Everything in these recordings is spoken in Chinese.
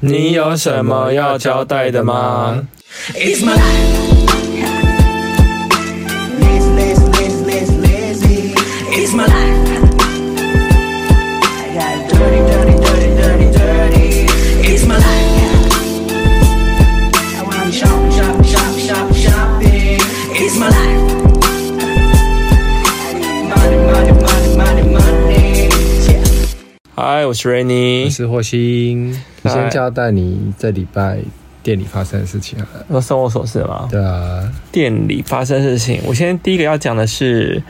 你有什么要交代的吗？ It's my life. Lazy, lazy, lazy, lazy, lazy. It's my life. I got dirty, dirty, dirty, dirty, dirty. It's my life. I wanna be shopping, shopping, shopping, shopping, shopping. It's my life. I need money, money, money, money, money. Yeah. 嗨，我是我 Rainy。是霍星，你嗨先交代你这礼拜店里发生的事情好了。那生我所事吗？对啊，店里发生事情，我先第一个要讲的是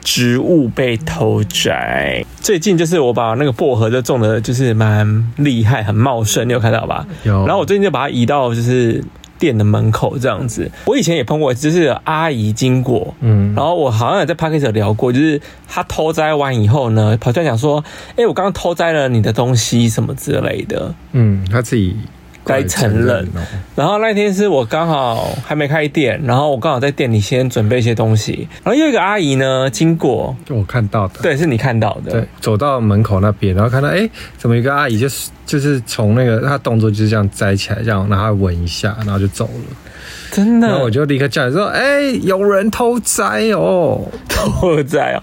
植物被偷摘。最近就是我把那个薄荷就种的，就是蛮厉害，很茂盛，你有看到吧？有。然后我最近就把它移到就是店的门口这样子。我以前也碰过，就是有阿姨经过，嗯，然后我好像也在 p a c k a g e 聊过，就是他偷摘完以后呢，跑出来讲说：“哎、我刚刚偷摘了你的东西什么之类的。嗯，他自己过来该承认哦。”然后那天是我刚好还没开店，然后我刚好在店里先准备一些东西，然后又有一个阿姨呢经过，就我看到的。对，是你看到的，对，走到门口那边，然后看到哎、诶怎么有个阿姨就是就是从那个她动作就是这样摘起来，这样然后她闻一下，然后就走了。真然后的我就立刻叫你说，哎、有人偷摘哦。偷摘哦。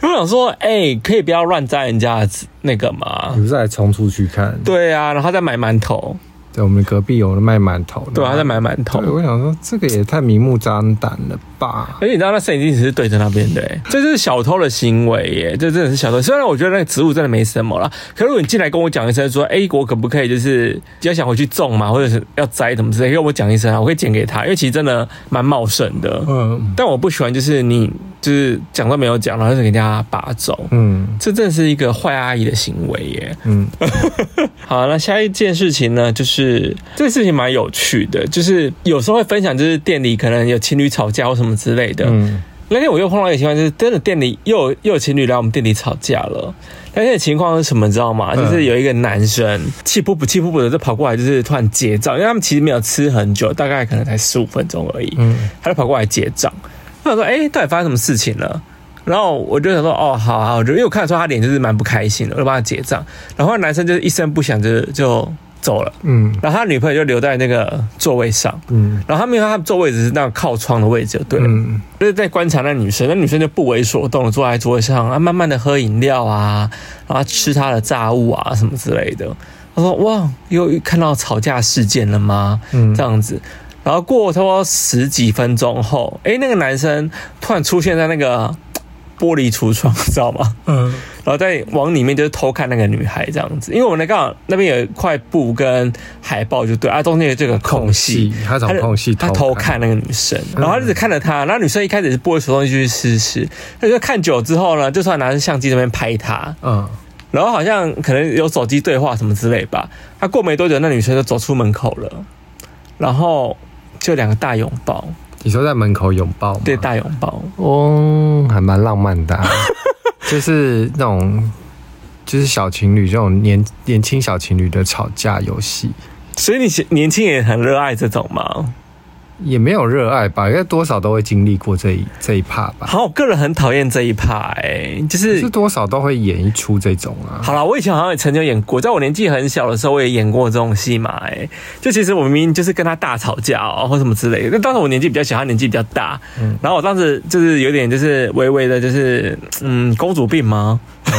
然后我想说，哎、可以不要乱摘人家的那个嘛你。不是还冲出去看？对啊，然后他在买馒头，对，我们隔壁有卖馒头的。对，啊他在买馒头对，。我想说这个也太明目张胆了吧？而且你知道那摄影机只是对着那边的、欸，这就是小偷的行为耶，这真的是小偷。虽然我觉得那个植物真的没什么啦，可是如果你进来跟我讲一声说，哎、我可不可以就是要想回去种嘛，或者是要摘什么之类，跟我讲一声啊，我会剪给他，因为其实真的蛮茂盛的。嗯但我不喜欢就是你就是讲都没有讲，然后就给人家拔走，嗯这真的是一个坏阿姨的行为耶。嗯， 好，那下一件事情呢，就是这个事情蛮有趣的，就是有时候会分享，就是店里可能有情侣吵架或什么之类的。嗯那天我又碰到一个情况，就是真的店里又有又有情侣来我们店里吵架了。那天的情况是什么，你知道吗？嗯就是有一个男生气噗噗、气噗噗的就跑过来，就是突然结账，因为他们其实没有吃很久，大概可能才十五分钟而已，嗯，他就跑过来结账。我想说，哎、到底发生什么事情了？然后我就想说，哦，好啊，我就因为我看得出他脸就是蛮不开心的，我就帮他结账。然后那男生就是一声不响就就走了，嗯然后他女朋友就留在那个座位上。嗯然后他们因为他们座位置是那种靠窗的位置，对了，嗯就是在观察那女生，那女生就不为所动的坐在桌上，啊，慢慢的喝饮料啊，然后吃她的炸物啊什么之类的。他说：“哇，又看到吵架事件了吗？嗯这样子。”然后过差不多十几分钟后，诶，那个男生突然出现在那个玻璃橱窗，知道吗？嗯然后再往里面就是偷看那个女孩这样子，因为我们那刚好那边有一块布跟海报，就对啊，中间有这个空隙，他找就嗯空隙他偷偷看，那个女生，然后他就只看着她，然后女生一开始是不会主动去试试，他就看久之后呢，就突然拿着相机在那边拍她，嗯然后好像可能有手机对话什么之类吧。他过没多久，那女生就走出门口了，然后就两个大拥抱，你说在门口拥抱吗？对，大拥抱，哦，还蛮浪漫 的啊、就是那种就是小情侣这种年年轻小情侣的吵架游戏，所以你年轻人很热爱这种吗？也没有热爱吧，应该多少都会经历过这一这一趴吧，好，我个人很讨厌这一趴、哎，就就是是。多少都会演一出这种啊。好啦，我以前好像也曾经演过，在我年纪很小的时候，我也演过这种戏嘛、哎，就其实我明明就是跟他大吵架哦，或什么之类的。那当时我年纪比较小，他年纪比较大，嗯然后我当时就是有点就是微微的，就是嗯，公主病吗？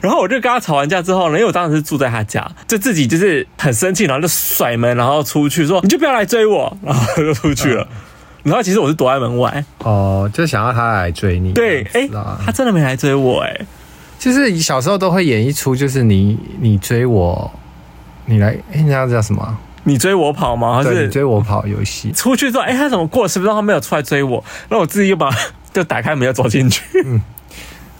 然后我就跟他吵完架之后呢，因为我当时是住在他家，就自己就是很生气，然后就甩门，然后出去说你就不要来追我，然后就出去嗯了。然后其实我是躲在门外，哦，就想要他来追你，对，这哎、样子啊他真的没来追我、哎，就是小时候都会演一出，就是你你追我，你来，哎、那要叫什么啊？你追我跑吗？还对，是，你追我跑游戏出去之后，哎、他怎么过了十分钟他没有出来追我？那我自己又把 就打开门又走进 去。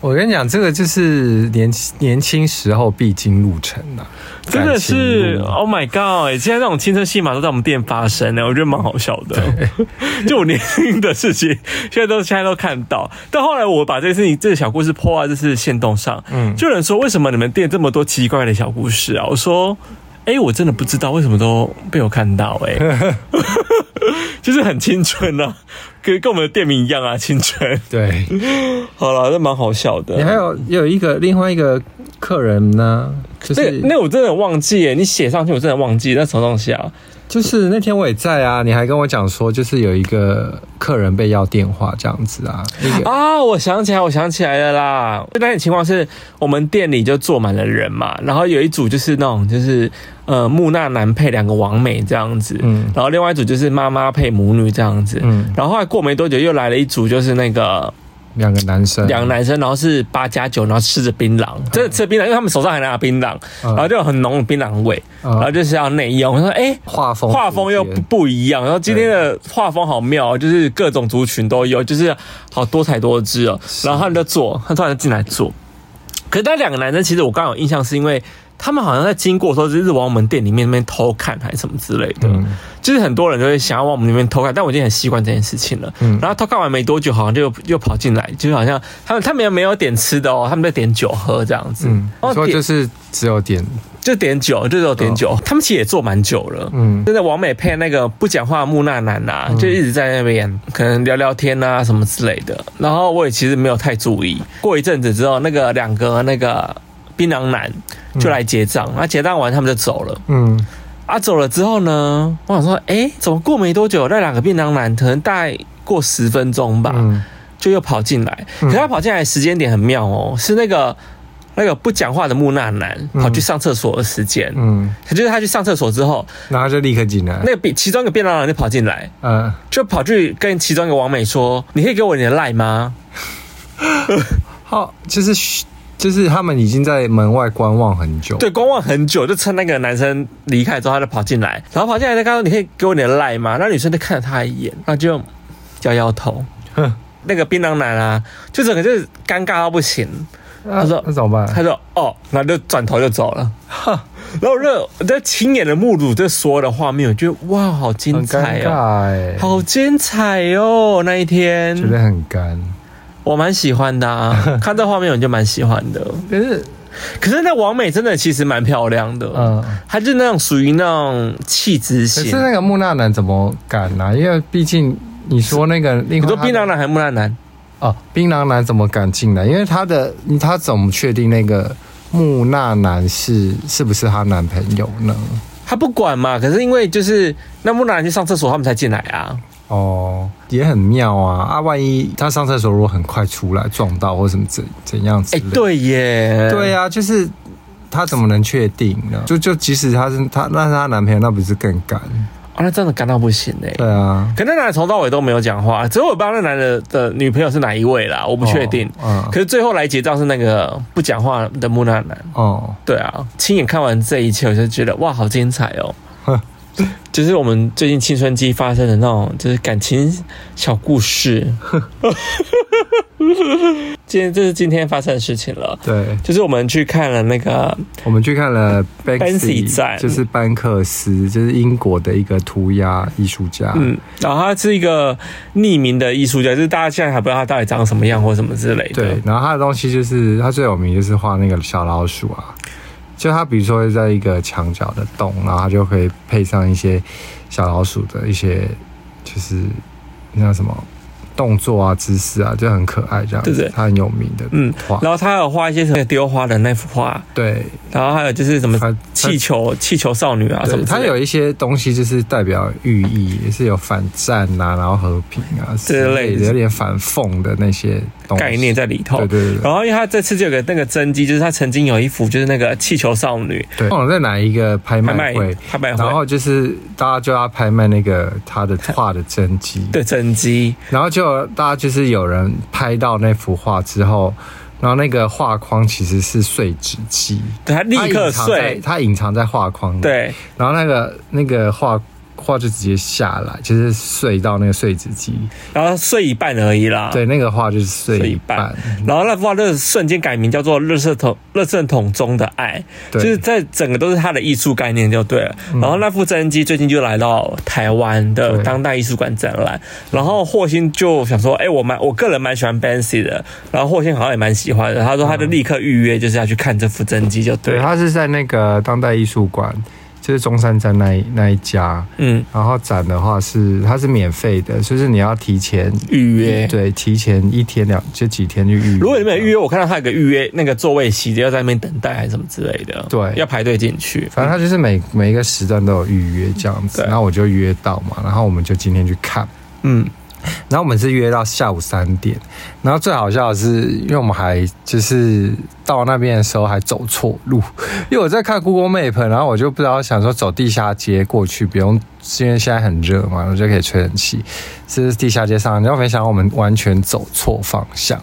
我跟你讲，这个就是年年轻时候必经路程啊，真的是感情路 Oh my God！哎，现在那种青春戏码都在我们店发生哎呢，我觉得蛮好笑的。 就我年轻的事情，现在都现在都看到。但后来我把这个事情这个小故事抛在就是线动上，嗯就有人说为什么你们店这么多奇奇怪怪的小故事啊？我说。哎、我真的 不知道为什么都被我看到哎、就是很青春啊。跟跟我们的店名一样啊，清纯。对，好了，那蛮好笑 的。你还有有一个另外一个客人呢，就那是个那个我真的忘记耶，你写上去我真的忘记那什么东西啊？就是那天我也在啊，你还跟我讲说，就是有一个客人被要电话这样子啊，那个啊，我想起来，我想起来了啦。那种情况是我们店里就坐满了人嘛，然后有一组就是那种就是呃木讷男配两个王美这样子，嗯然后另外一组就是妈妈配母女这样子。嗯，然后后来过没多久，又来了一组，就是那个两个男生，两个男生，然后是八加九，然后吃着槟榔，真的吃槟榔，因为他们手上还拿槟榔，嗯然后就有很浓的槟榔味，嗯然后啊就是要内用。我说，哎、画风画风又不不不一样。然后今天的画风好妙哦，就是各种族群都有，就是好多彩多姿哦。然后他们就坐，他突然就进来坐。可是那两个男生，其实我刚刚有印象，是因为他们好像在经过的时候，就是往我们店里面那边偷看还是什么之类的。嗯就是很多人就会想要往我们那边偷看，但我已经很习惯这件事情了。嗯然后偷看完没多久，好像就又跑进来，就是好像他们他们也没有点吃的哦，他们在点酒喝这样子。嗯，你然后说点就是只有点，就点酒，就只有点酒。他们其实也坐蛮久了。嗯真的王美配那个不讲话的木讷男呐、就一直在那边可能聊聊天啊什么之类的。然后我也其实没有太注意。过一阵子之后，那个两个那个槟榔男就来结账，那、结账完他们就走了。嗯啊，走了之后呢，我想说，哎，怎么过没多久，那两个槟榔男可能大概过十分钟吧，嗯就又跑进来。嗯可是他跑进来的时间点很妙哦，是那个那个不讲话的木讷男嗯跑去上厕所的时间。嗯，就是他去上厕所之后，然后就立刻进来，那个比其中一个槟榔男就跑进来，嗯，就跑去跟其中一个王美说：“你可以给我你的赖吗好，就是嘘就是他们已经在门外观望很久，？”对，观望很久，就趁那个男生离开之后，他就跑进来，然后跑进来，他刚说：“你可以给我你的赖吗？”那女生就看了他一眼，那就摇摇头哼。那个槟榔男啊，就整个就是尴尬到不行，啊，他说那怎么办？他就哦，然后就转头就走了。然后我就我就亲眼的目睹这所有的画面，我觉得哇，好精很彩尴哦，尬哎，好精彩哦！那一天觉得很干，嗯我蛮喜欢的 啊，看这画面我就蛮喜欢的。可是可是那王美真的其实蛮漂亮的，嗯，嗯。她就是那种属于那种气质可型是。那个木讷男怎么敢呢、因为毕竟你说那个另你外说他的槟榔男还是木兰男？哦，槟榔男怎么敢进来？因为他的他怎么确定那个木讷男是是不是她男朋友呢？他不管嘛，可是因为就是那木兰男去上厕所，他们才进来啊。哦，也很妙啊啊！万一他上厕所如果很快出来撞到或什么怎怎样子？哎、对耶，对啊，就是他怎么能确定呢？就就即使他是他那是她男朋友，那不是更敢？啊，那真的感到不行哎、对啊，可那男的从到尾都没有讲话，只有我不知道那男的的女朋友是哪一位啦，我不确定。哦可是最后来结账是那个不讲话的木兰男。嗯哦，对啊，亲眼看完这一切，我就觉得哇，好精彩哦！ 就是我们最近青春期发生的那种，就是感情小故事。 今天这是今天发生的事情了，对，就是我们去看了那个，我们去看了 Banksy 展就是班克斯，就是英国的一个涂鸦艺术家。嗯，然后他是一个匿名的艺术家，就是大家现在还不知道他到底长什么样或什么之类的对。，然后他的东西就是他最有名就是画那个小老鼠啊，就他比如说会在一个墙角的洞，然后他就可以配上一些小老鼠的一些就是那叫什么动作啊、姿势啊，就很可爱这样对子。对他很有名的嗯画，然后他有画一些什么丢花的那幅画，对，然后还有就是什么他气球、气球少女啊什对么之他类的有一些东西就是代表寓意，也是有反战啊，然后和平啊之类的的，有点反讽的那些东西概念。在里头。对对对对然后因为他这次就有个那个真机，就是他曾经有一幅就是那个气球少女对，忘了在哪一个拍拍卖卖会，拍卖然会。后就是大家就要拍卖那个他的画的真迹， 对真机，然后就大家就是有人拍到那幅画之后，然后那个画框其实是碎纸机，对他立它刻隐藏在碎，它隐藏在画框里，，对，然后那个那个画画就直接下来，就是碎到那个碎纸机，然后碎一半而已啦。，对，那个画就是碎碎一一半半，然后那幅画就瞬间改名叫做《热色桶热色桶中的爱》，就对嗯是在整个都是他的艺术概念就对了。然后那幅真机最近就来到台湾的对当代艺术馆展览，然后霍星就想说，哎、我蛮我个人蛮喜欢 Banksy 的，然后霍星好像也蛮喜欢的，他说他就立刻预约就是要去看这幅真机就对嗯对，了。它是在那个当代艺术馆就是中山站那一那一家。嗯，然后展的话是它是免费的，就是你要提前预约。对，提前一天两就几天去预约。如果你没有预约，我看到他有个预约那个座位席，要在那边等待还是什么之类的，对要排队进去。反正他就是每每一个时段都有预约这样子，对然后我就约到嘛，然后我们就今天去看，嗯，然后我们是约到下午三点，然后最好笑的是，因为我们还就是到那边的时候还走错路，因为我在看 Google Map，然后我就不知道想说走地下街过去，不用因为现在很热嘛，我就可以吹冷气，这是地下街上，然后没想到我们完全走错方向。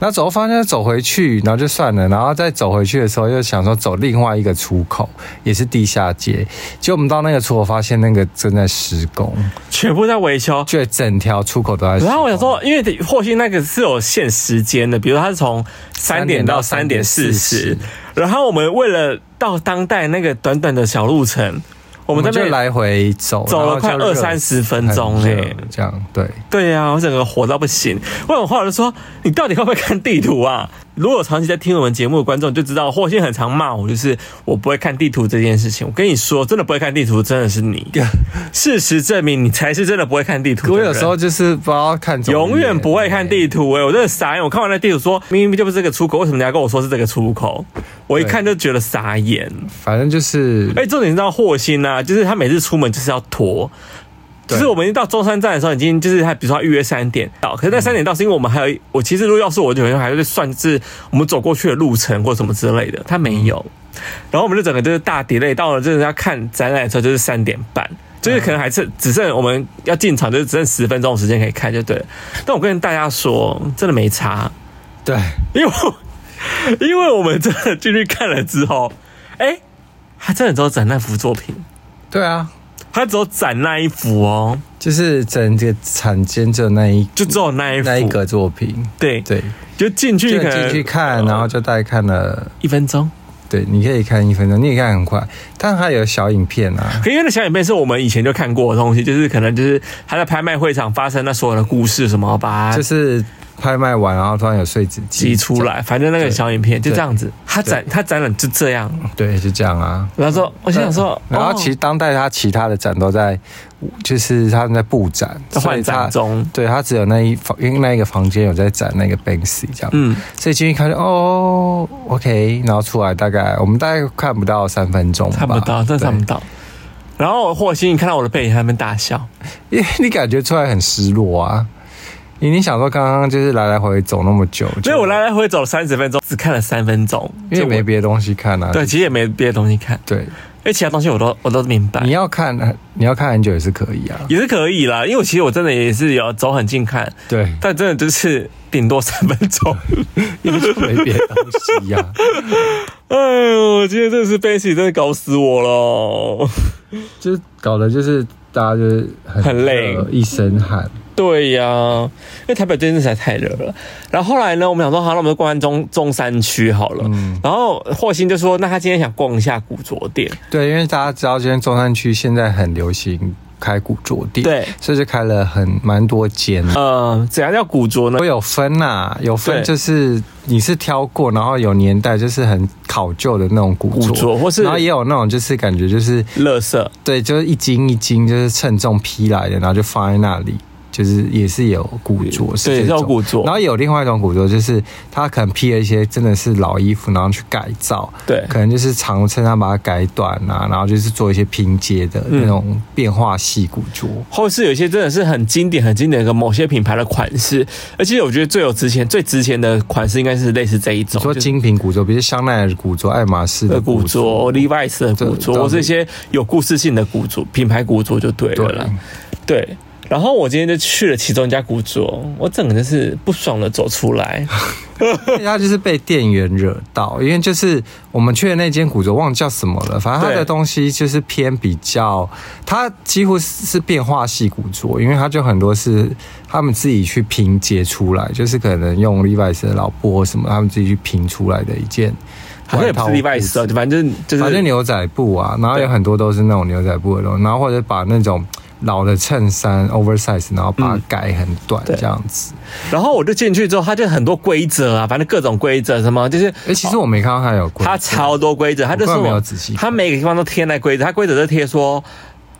那走方向走回去，然后就算了，然后再走回去的时候又想说走另外一个出口，也是地下街。结果我们到那个出口，发现那个正在施工，全部在维修。就整条出口都在施工。然后我想说，因为或许那个是有限时间的，比如他是从三点到三点四十3:40，然后我们为了到当代那个短短的小路程，我我们在们那就边来回走，走了快然后就二热三十分钟嘞、很热这样对。对呀、我整个火到不行。问我后来就说：“你到底会不会看地图啊？”如果有长期在听我们节目的观众就知道，霍信很常骂我，就是我不会看地图这件事情。我跟你说，真的不会看地图，真的是 你。事实证明，你才是真的不会看地图的我人。有时候就是不知道看走永远不会看图。地图、欸，我真的傻眼。我看完那地图说，明明就不是这个出口，为什么你要跟我说是这个出口？我一看就觉得傻眼。反正就是哎、重点你知道霍星啊，就是他每次出门就是要拖。就对是我们到中山站的时候，已经就是他，比如说他预约三点到，可是那三点到是因为我们还有，我其实如果要是我，就还会算是我们走过去的路程或什么之类的，他没有。然后我们就整个就是大 delay 到了，就是要看展览的时候就是三点半，就是可能还是只剩我们要进场，就是只剩十分钟的时间可以看就对了。但我跟大家说，真的没差，对，因为 我因为我们真的进去看了之后，哎，他真的只有展那幅作品，对啊，他只有展那一幅哦，就是整个产间就那一就只有那一幅，那一个作品，对，对，就进哎去就可能进去看，然后就大概看了。一分钟。对，你可以看一分钟，你也看很快，但它有小影片啊，可因为那小影片是我们以前就看过的东西，就是可能就是他在拍卖会场发生那所有的故事什么，把它就是拍卖完然后突然有碎纸挤啊机出，来，反正那个小影片就这样子。他展他展览就这样，对，就这样啊。然后说，我心想说，然后哦其实当代它其他的展都在，就是他们在布展，在换展所以它中对，它只有那一房，因为那一个房间有在展那个 Banksy 这样，嗯，所以进去看就哦，OK，然后出来大概我们大概看不到三分钟吧，看不到，真的看不对，到。然后霍心，你看到我的背影，他们大笑。因为你感觉出来很失落啊，因为你想说刚刚就是来来回回走那么久，所以就我来来回走了三十分钟，只看了三分钟，因为就我没别的东西看啊，对，其实也没别的东西看，对，因为其他东西我都我都明白你，要看你要看很久也是可以啊，也是可以啦。因为我其实我真的也是有走很近看，对，但真的就是顶多三分钟。 因为就没别的东西啊呀、哎呦，我今天真的是 Banksy 真的搞死我了。就搞得就是大家就是很很累热一身汗。对呀、因为台北最近实在太热了。然后后来呢，我们想说，好，那我们就逛完中中山区好了。嗯然后霍心就说，那他今天想逛一下古着店，对，因为大家知道，今天中山区现在很流行开古着店，对所以就开了很蛮 多间。呃，怎样叫古着呢我？有分呐、有分对就是你是挑过，然后有年代，就是很考究的那种古古着着，或是然后也有那种就是感觉就是乐色，对，就是一斤一斤就是称重批来的，然后就放在那里，就是也是有古着，是对这是有种古着然后有另外一种古着，就是他可能批了一些真的是老衣服，然后去改造，对可能就是长衬衫把它改短啊，然后就是做一些拼接的嗯那种变化系古着。或是有一些真的是很经典、很经典的某些品牌的款式，而且我觉得最有值钱、最值钱的款式应该是类似这一种，你说就是精品古着，比如香奈儿的古着、爱马仕的的古古着、，着 Levi's 的古对着，或是一些有故事性的古着、品牌古着就对了啦。对，然后我今天就去了其中一家古着，我整个就是不爽的走出 来。他就是被店员惹到，因为就是我们去的那间古着忘记叫什么了，反正他对的东西就是偏比较，他几乎是是变化系古着，因为他就很多是他们自己去拼接出来，就是可能用 Levi's 的老布或什么，他们自己去拼出来的一件好像也不是外套 Levi's，啊反正就是反正牛仔布啊，然后有很多都是那种牛仔布的东西，然后或者把那种老的衬衫 oversize，然后把它改很短嗯对这样子。然后我就进去之后，他就很多规则啊，反正各种规则什么，就是哎、其实我没看到他有规他则超多规则，他就说啊我根本没有仔细看他每个地方都贴那规则，他规则就贴说，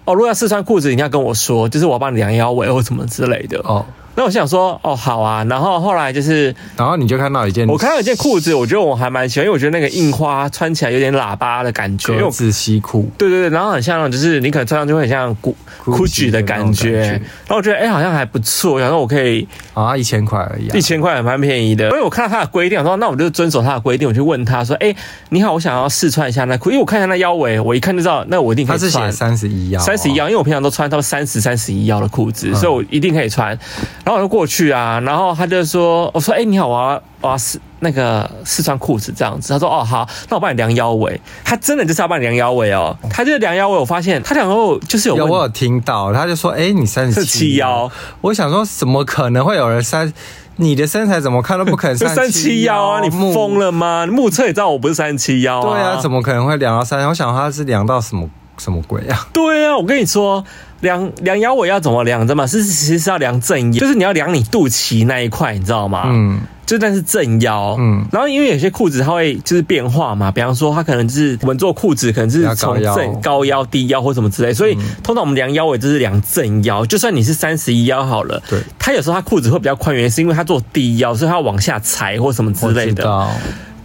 哦，如果要试穿裤子，你一定要跟我说，就是我帮你量腰围或什么之类的。哦，那我想说，哦，好啊。然后后来就是然后你就看到一件我看到一件裤子，我觉得我还蛮喜欢，因为我觉得那个印花穿起来有点喇叭的感觉，因为格我子西裤，对对对，然后很像那种就是你可能穿上去会很像古 Gucci 古举的感觉，的那种感觉然后我觉得哎、好像还不错，然后我可以啊，一千块而已、啊，一千块还蛮便宜的，因为我看到他的规定，我说那我就遵守他的规定，我去问他说，哎、你好，我想要试穿一下那裤，因为我看一下那腰围，我一看就知道那我一定可他是以写穿。三十一啊，三十一腰，因为我平常都穿到三十、三十一腰的裤子，嗯所以我一定可以穿。然后我就过去啊，然后他就说：“我说，哎、你好，我要我要试那个试穿裤子这样子。”他说：“哦，好，那我帮你量腰围。”他真的就是要帮你量腰围哦，他就是量腰围，我发现他量腰围就是有有啊问我题。有听到，他就说：“哎、你三十37腰。”我想说，怎么可能会有人三？你的身材怎么看都不可能就 三七七幺啊！你疯？了吗？目测也知道我不是三七幺木对啊，怎么？么可能会量到三？我想他是量到什么什么鬼啊？对啊，我跟你说，量量腰围要怎么量的嘛？是其实是要量正腰，就是你要量你肚脐那一块，你知道吗？嗯，就但是正腰，嗯嗯，然后因为有些裤子它会就是变化嘛，比方说它可能就是我们做裤子可能就是比较从高腰嗯正高腰、低腰或什么之类，所以通常我们量腰围就是量正腰，就算你是三十一腰好了，对它有时候它裤子会比较宽，原因是因为它做低腰，所以它往下裁或什么之我类知的，道。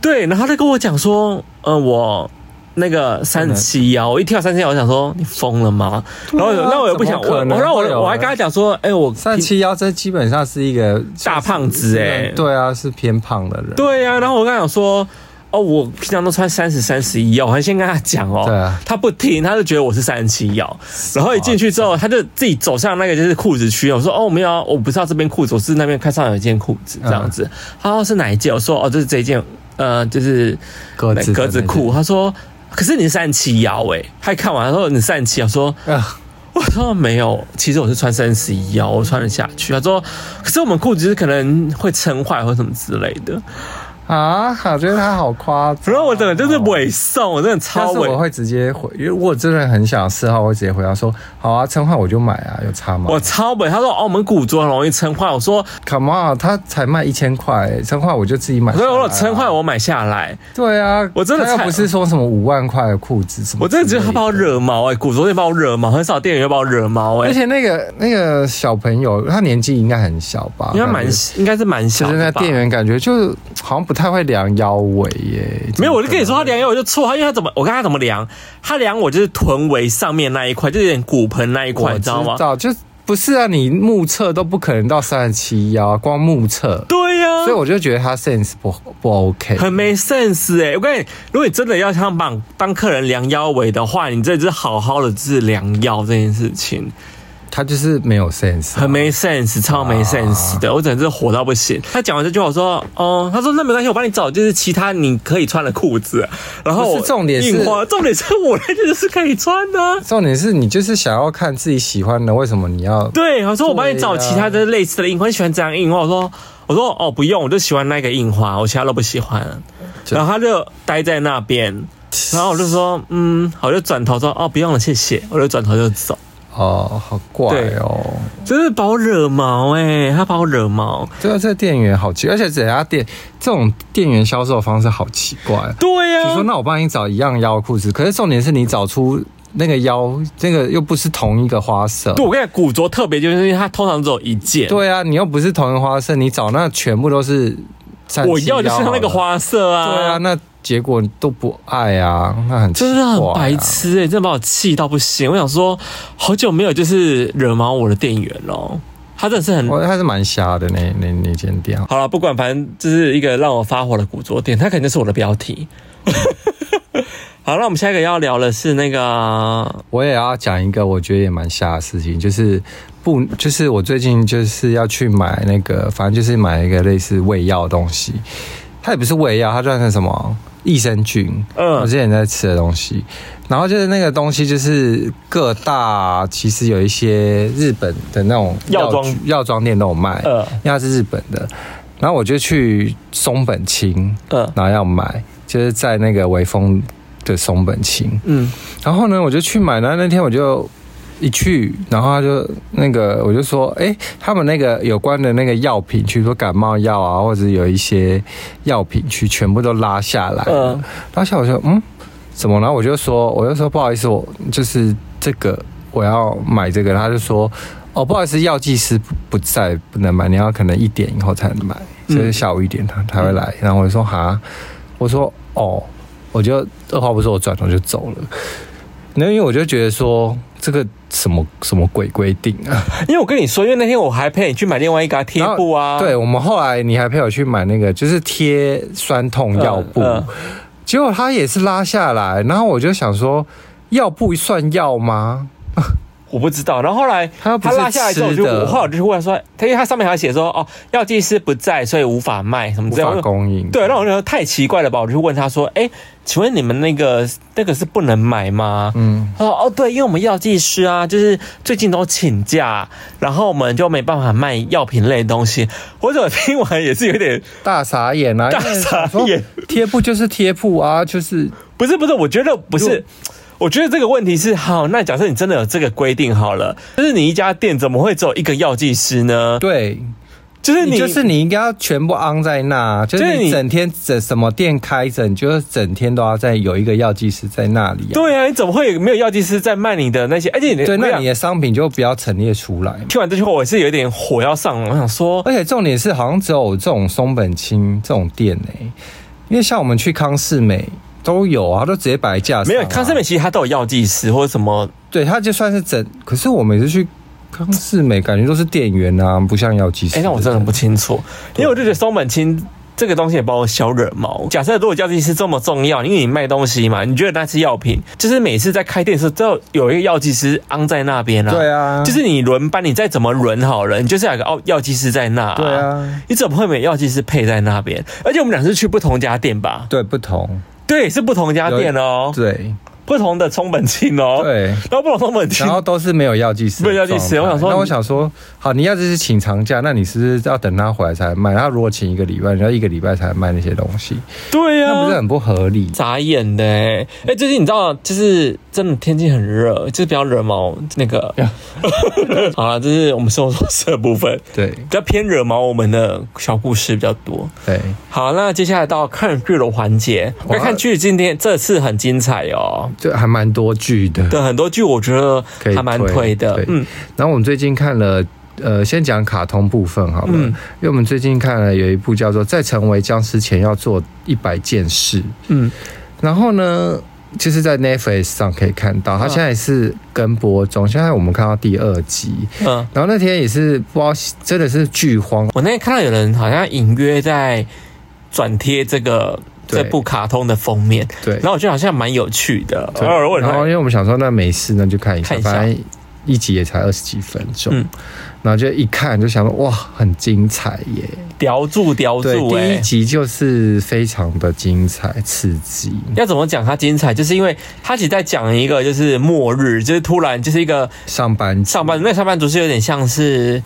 对，然后他就跟我讲说，呃，我。那个三七幺，我一听到三七幺，我想说你疯了吗？然后对啊那我也不想，怎么我可能我让会我有人我还跟他讲说，哎，我三七幺这基本上是一个大胖子欸对啊，是偏胖的人。对啊呀、然后我刚想说，哦，我平常都穿三十、三十一哦，我还先跟他讲哦，对啊他不听，他就觉得我是三十七腰，然后一进去之后，他就自己走向那个就是裤子区，我说哦，没有啊，我不是要这边裤子，我是那边看上有一件裤子这样子，嗯他说是哪一件？我说哦，就是这一件，呃，就是格子的格子裤，他说。可是你三十七腰哎，他看完他说你三十七腰，我说那种，我说没有，其实我是穿三十一腰，我穿得下去。他说，可是我们裤子就是可能会撑坏或什么之类的。呃啊，我觉得他好夸张。然后我整个就是尾送，我真的但超是我尾，会直接回，因为我真的很想试的话，我会直接回答说：“好啊，撑坏我就买啊，有差吗？”我超尾。他说哦，我们古着很容易撑坏。我说， Come on，他才卖一千块，撑坏我就自己买、我啊。说如果撑坏，我买下来。对啊，我真的他菜又不是说什么五万块的裤子什么，我真的觉得他把我。惹毛哎、古着店把我惹毛，很少店员会把我惹毛哎、欸，而且那个那个小朋友，他年纪应该很小吧？应该蛮感觉应该是蛮小就是那的吧。啊店员感觉就好像不太会量腰围耶。没有，我就跟你说，他量腰我就错，他因为他怎么，我看他怎么量，他量我就是臀围上面那一块，就是有点骨盆那一块，我你知道吗？就不是啊，你目测都不可能到三十七腰，光目测，对呀、所以我就觉得他 sense 不不 OK，嗯很没 sense 哎、我跟你，如果你真的要想帮当客人量腰围的话，你这就是好好的治量腰这件事啊情。他就是没有 sense，啊很没 sense，超没 sense 的，我整个是火到不行。他讲完这句话，我说，哦，他说那没关系，我帮你找就是其他你可以穿的裤子。然后不是我重点是印花，重点是我那件就是可以穿的啊、重点是你就是想要看自己喜欢的，为什么你要对，我说我帮你找对啊其他的类似的印花，你喜欢怎样印花？我说，我说哦不用，我就喜欢那个印花，我其他都不喜欢。就然后他就待在那 边，然后我就说，嗯，好我就转头说，哦不用了，谢谢，我就转头就走。哦，好怪哦。真是把我惹毛哎、他把我惹毛。对啊，这个店员好奇，而且整家店这种店员销售方式好奇怪。对呀、比如说，那我帮你找一样腰裤子，可是重点是你找出那个腰，那个又不是同一个花色。对，我跟你讲，古着特别就是因为它通常只有一件。，对啊，你又不是同一个花色，你找那全部都是37我要就是它那个腰好了。花色啊。对啊，，那结果都不爱啊，那很奇怪真啊的很白。痴哎、真的把我气到不行。我想说，好久没有就是惹毛我的店员哦，他真的是很。我他是蛮瞎的那那那间店，好了，不管，反正就是一个让我发火的古着店，它肯定是我的标题。 好，那我们下一个要聊的是那个，我也要讲一个我觉得也蛮瞎的事情，就是不，就是我最近就是要去买那个，反正就是买一个类似胃药的东西，它也不是胃药，它算是什么益生菌，嗯我之前在吃的东西。然后就是那个东西，就是各大其实有一些日本的那种药妆局药妆店都有卖，嗯因为它是日本的。然后我就去松本清，嗯然后要买，就是在那个微风的松本清，嗯然后呢，我就去买，然后那天我就一去，然后他就那个，我就说，哎、他们那个有关的那个药品区，比如说感冒药啊，或者有一些药品区，全部都拉下来。嗯拉下我就嗯，怎么了？我就说，我就说不好意思，我就是这个我要买这个，他就说。哦，不好意思，药剂师不不在，不能买。你要可能一点以后才能买，嗯就是下午一点他才会来。然后我就说哈，我说哦，我就二话不说，我转头就走了。那因为我就觉得说，这个什么什么鬼规定啊？因为我跟你说，因为那天我还陪你去买另外一个啊贴然后布啊，对，我们后来你还陪我去买那个，就是贴酸痛嗯，药布，嗯结果它也是拉下来，然后我就想说，药布算药吗？我不知道。然后后来它又不是拉下来之后，我吃就的我后来我就去问说，他因为他上面还写说哦，药剂师不在，所以无法卖什么无之类的。法我就供应。对，让我觉得太奇怪了吧？我就去问他说，哎，请问你们那个那个是不能买吗？嗯，他说：“哦，对，因为我们药剂师啊，就是最近都请假，然后我们就没办法卖药品类的东西。”我怎么听完也是有点大傻眼啊！ 大因为傻想说眼，贴布就是贴布啊，就是不是不是，我觉得不是就，我觉得这个问题是好。那假设你真的有这个规定好了，就是你一家店怎么会只有一个药剂师呢？对，就是你就是你啊应该要全部昂在那，啊就就是是你你整天整什么店开着，你就是整天都要在有一个药剂师在那里、啊。对啊，你怎么会有没有药剂师在卖你的那些？而且你对，我跟那讲你的啊商品就不要陈列出来嘛。听完这句话，我是有点火要上了，我想说，而且重点是，好像只有这种松本清这种店呢、因为像我们去康士美都有啊，它都直接摆架、啊。没有康斯美，其实它都有药剂师或者什么，对，它就算是整，可是我每次去康士美，感觉都是店员啊，不像药剂师。哎、那我真的不清楚，因为我就觉得松本清。这个东西也把我小惹毛。假设如果药剂师这么重要，因为你卖东西嘛，你觉得那是药品，就是每次在开店的时候，都有一个药剂师昂在那边啊。对啊，就是你轮班，你再怎么轮好了，你就是要有个药药剂师在那、啊。对，啊，你怎么会没药剂师配在那边？而且我们俩是去不同家店吧？对不同，对，是不同家店哦，对不同的松本清哦，， 对。然后不同松本清然，后都是没有药剂师，没有药剂师我想说那我想说，好，你要是请长假，那你是不是要等他回来才卖？他如果请一个礼拜，你要一个礼拜才卖那些东西，对啊呀、那不是很不合理？眨眼的哎、欸，哎、最近你知道，就是真的天气很热，就是比较惹毛那个。 好了，这是我们生活琐事的部分，对比较偏惹毛我们的小故事比较多。对，好，那接下来到看剧的环节，哇那看剧今天这次很精彩哦。就还蛮多剧的。对，很多剧我觉得可以还蛮推推的对，嗯，然后我们最近看了，呃，先讲卡通部分好了，嗯因为我们最近看了有一部叫做《在成为僵尸前要做一百件事》，嗯，然后呢，就是在 Netflix 上可以看到，它现在是跟播中，现在我们看到第二集，嗯，然后那天也是不知道真的是剧荒，我那天看到有人好像隐约在转贴这个对这部卡通的封面，对然，后我觉得好像蛮有趣的，对偶尔问然后因他，为我们想说那没事，那就看一下，看一下反正一集也才二十几分钟，嗯然后就一看就想说哇，很精彩耶，叼住叼对，住，第哎一。集就是非常的精彩刺激，要怎么讲它精彩，就是因为它其实在讲一个就是末日，就是突然就是一个上班族上班族，那个上班族是有点像是嘖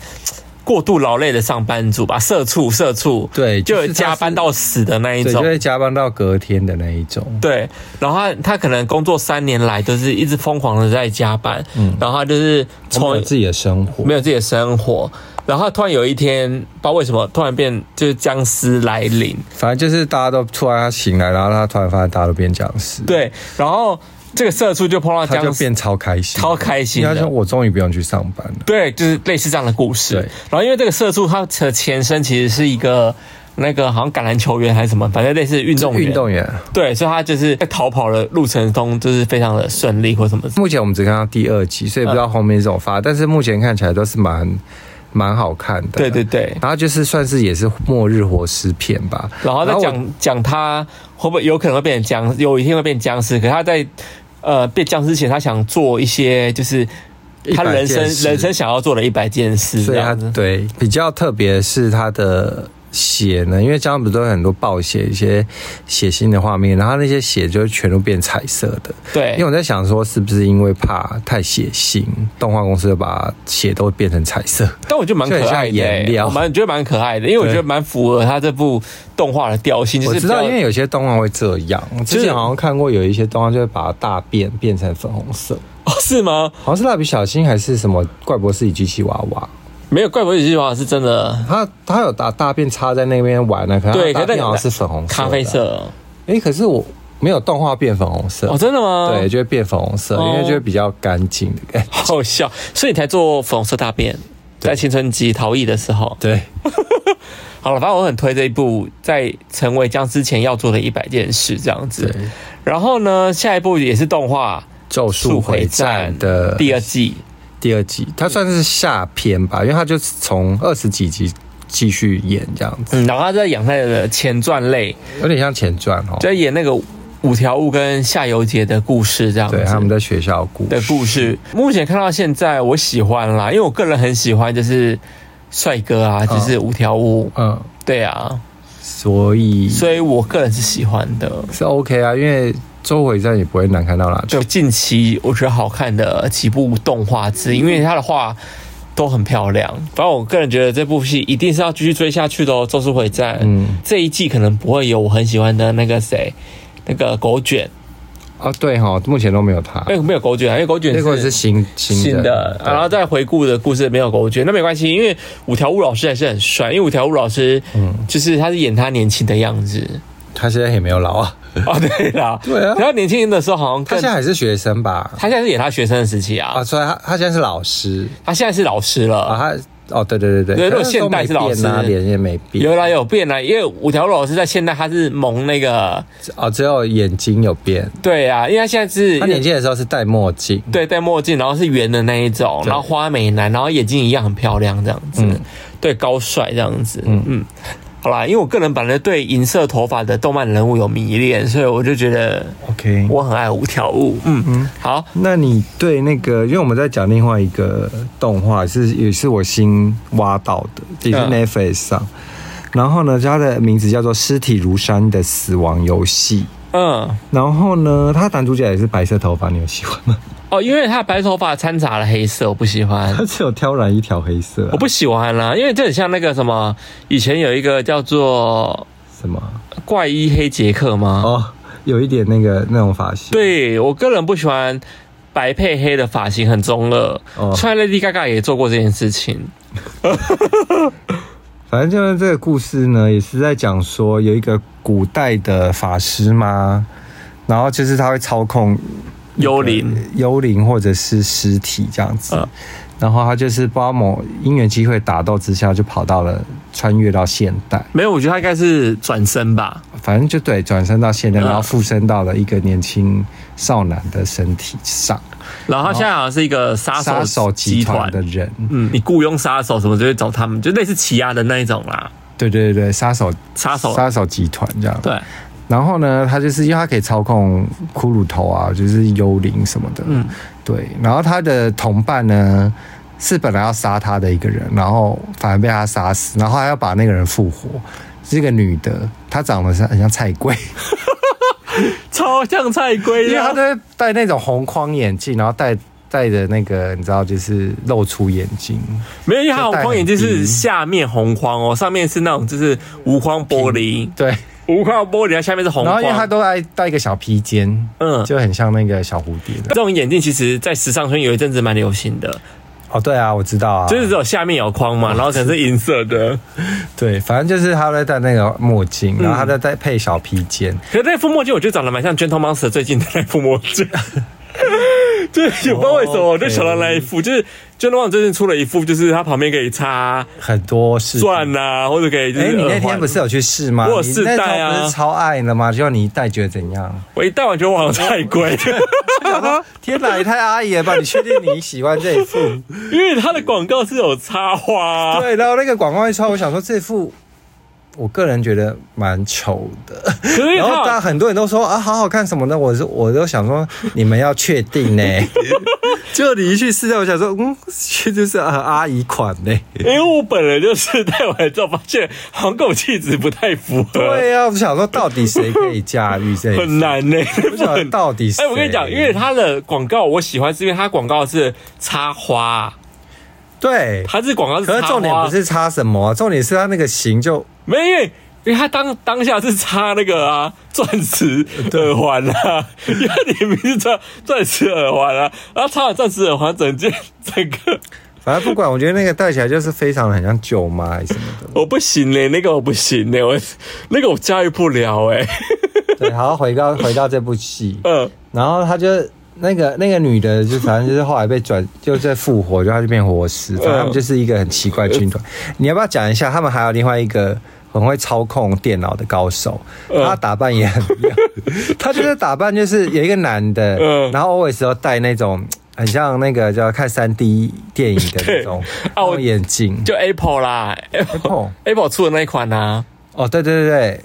过度劳累的上班族吧，社畜社畜，对，就是加班到死的那一对，就种。会加班到隔天的那一种，对，然后他他可能工作三年来都是一直疯狂的在加班，嗯然后他就是从从自己的生活没有自己的生活，然后他突然有一天不知道为什么突然变就是僵尸来临，反正就是大家都突然他醒来，然后他突然发现大家都变僵尸，，对，然后这个社畜就碰到他僵就尸，变超开心，超开心因的为他说我终于不用去上班了，对，就是类似这样的故事对。然后因为这个社畜他的前身其实是一个那个好像橄榄球员还是什么，反正类似运动员。运动员。对，所以他就是在逃跑的路程中就是非常的顺利或什么。目前我们只看到第二集，所以不知嗯道后面怎么发，但是目前看起来都是蛮蛮好看的，对对对。然后就是算是也是末日活尸片吧，然后再我讲讲他会不会有可能会变成僵，有一天会变僵尸。可是他在呃变僵尸前，他想做一些就是他100人生件事人生想要做的一百件事所这以它样子。对比较特别是它的血呢，因为这样不是都有很多暴血、一些血腥的画面，然后那些血就全都变彩色的。因为对我在想说，是不是因为怕太血腥，动画公司就把血都变成彩色？但我觉得蛮可就很像爱的、颜欸，料我蛮觉得蛮可爱的，因为我对觉得蛮符合他这部动画的调性。就我是知比较道，因为有些动画会这样，我之前好像看过有一些动画就会把大便变成粉红色。 哦，是吗？好像是蜡笔小新还是什么怪博士与机器娃娃，没有，怪不得有些娃娃是真的他他有大大便插在那边玩啊呢、可能对它大可是便好像是粉红色的啊咖啡。色诶，可是我没有动画变粉红色，哦，真的吗？对，，就会变粉红色，哦因为就会比较干净的感觉。好笑，所以你才做粉红色大便，在青春期逃逸的时候。对，好了，反正我很推这一部，在成为僵尸前要做的一百件事这样子。对然后呢，下一部也是动画《咒《速术回战》的第二季，第二季，它算是下篇吧，因为它就是从二十几集继续演这样子，嗯，然后他在养他的前传类，有点像前传哦。嗯在演那个五条悟跟夏油杰的故事这样子。对，他们在学校的故的事，故事，目前看到现在，我喜欢啦，因为我个人很喜欢，就是帅哥啊，就是五条悟，嗯，对啊，所以所以我个人是喜欢的。是 OK 啊，因为《咒术回战》也不会难看到哪去就。近期我觉得好看的几部动画嗯之一，因为他的画都很漂亮。反正我个人觉得这部戏一定是要继续追下去的哦，《咒术回战》嗯，这一季可能不会有我很喜欢的那个谁，那个狗卷，哦，对哈，目前都没有他，因为没有狗卷啊，因为狗卷那个是是新新新的的，，然后再回顾的故事没有狗卷，那没关系，因为五条悟老师还是很帅，因为五条悟老师就是他是演他年轻的样子。他现在也没有老啊， 哦，对啦，对啊然后年轻人的时候好像他更现在还是学生吧？他现在是演他学生的时期啊，啊，所以他他现在是老师他现在是老师了啊，他哦，对对对对对，如果可是都现代没是老变啊师脸也没变，有啦有变啦，因为五条老师在现在他是蒙那个，哦，只有眼睛有变。对啊，因为他现在是他年轻的时候是戴墨镜，对戴墨镜，然后是圆的那一种，然后花美男，然后眼睛一样很漂亮这样子，嗯对高帅这样子，嗯嗯，好啦，因为我个人本来对银色头发的动漫人物有迷恋，所以我就觉得 OK，我很爱五条悟，嗯嗯，好，那你对那个，因为我们在讲另外一个动画，是也是我新挖到的，也是嗯 Netflix 上。然后呢，它的名字叫做《尸体如山的死亡游戏嗯》。然后呢，它男主角也是白色头发，你有喜欢吗？ 哦，因为他白头发掺杂了黑色，我不喜欢。 他只有挑染一条黑色、啊我不喜欢啦，因为这很像那个什么，以前有一个叫做什么啊怪医黑杰克吗？哦，有一点那个那种发型。，对我个人不喜欢白配黑的发型，很中二。哦虽然 Lady Gaga 也做过这件事情，反正就是这个故事呢，也是在讲说有一个古代的法师嘛，然后就是他会操控幽灵、幽灵或者是尸体这样子。嗯然后他就是不知道某因缘机会打斗之下，就跑到了穿越到现代，没有，我觉得他应该是转身吧。反正就对转身到现代，嗯然后附身到了一个年轻少男的身体上，然后他现在好像是一个哦杀杀手手集团的。人，嗯，你雇佣杀手什么就会找他们，就类似奇亚的那一种啦。对对对，杀手杀手杀手集团这样。对，然后呢，他就是因为他可以操控骷髅头啊，就是幽灵什么的，嗯，对。然后他的同伴呢，是本来要杀他的一个人，然后反而被他杀死，然后还要把那个人复活，是一个女的，她长得是很像菜 龟，超像菜因龟为她啊都！会戴那种红框眼镜，然后戴戴着那个你知道，就是露出眼睛，没有，因为它就戴红框很眼镜低是下面红框哦，上面是那种就是无框玻璃，对。无框玻璃，它下面是红然后框。因为她都戴戴一个小披肩，嗯，就很像那个小蝴蝶这的。种眼镜其实在时尚圈有一阵子蛮流行的，哦，对啊，我知道啊，就是只有下面有框哦嘛，然后可能是银色的。对，反正就是他在戴那个墨镜，然后他在戴配小披肩，可是那副墨镜我觉得长得蛮像 Gentle Monster 最近的 那副墨镜，就是也不知道为什哦么我就想到那一副，就是 Gentle Monster 最近出了一副，就是它旁边可以插很多事。钻呐、或者可以就哎、是你那耳天环不。是有去试吗？我有你试那时候戴啊不是超爱的吗？结果你一戴觉得怎样？我一戴完就忘了太 贵，啊天哪，也太阿姨了吧！你确定你喜欢这 一副？因为它的广告是有插花、对，然后那个广告一出来，我想说这副。我个人觉得蛮丑 的，可是然后大它家很多人都说啊好好看什么的，我是我都想说你们要确定呢、 就你一去试戴，我想说嗯，这就是啊阿姨款呢、因为我本人就是戴完之后发现好像跟我气质不太符合， 对呀、我想说到底谁可以驾驭这一很难呢、我想说到底谁？哎、我跟你讲，因为它的广告我喜欢，是因为它广告是插花，对，它是广告是插可花。是重点不是差什么啊、重点是他那个型就没有，因为因为他当当下是插那个啊钻石耳环啊，因为你明是钻钻石耳环啊，然后插了钻石耳环，整件整个反正不管，我觉得那个戴起来就是非常的很像舅妈还是什么的。我不行嘞、那个我不行嘞、我那个我驾驭不了哎、对，好，回到回到这部 戏，嗯，然后他就那个那个女的，就反正就是后来被转， 就是复活，就她就变活嗯尸，反正他们就是一个很奇怪的军团。你要不要讲一下？他们还有另外一个很会操控电脑的高手，嗯他打扮也很 妙，他就是打扮就是有一个男的，嗯然后 always 都戴那种很像那个叫看三 D 电影的那 种啊我那种眼镜，就 Apple 啦，Apple Apple Apple 出的那一款啊哦，对对对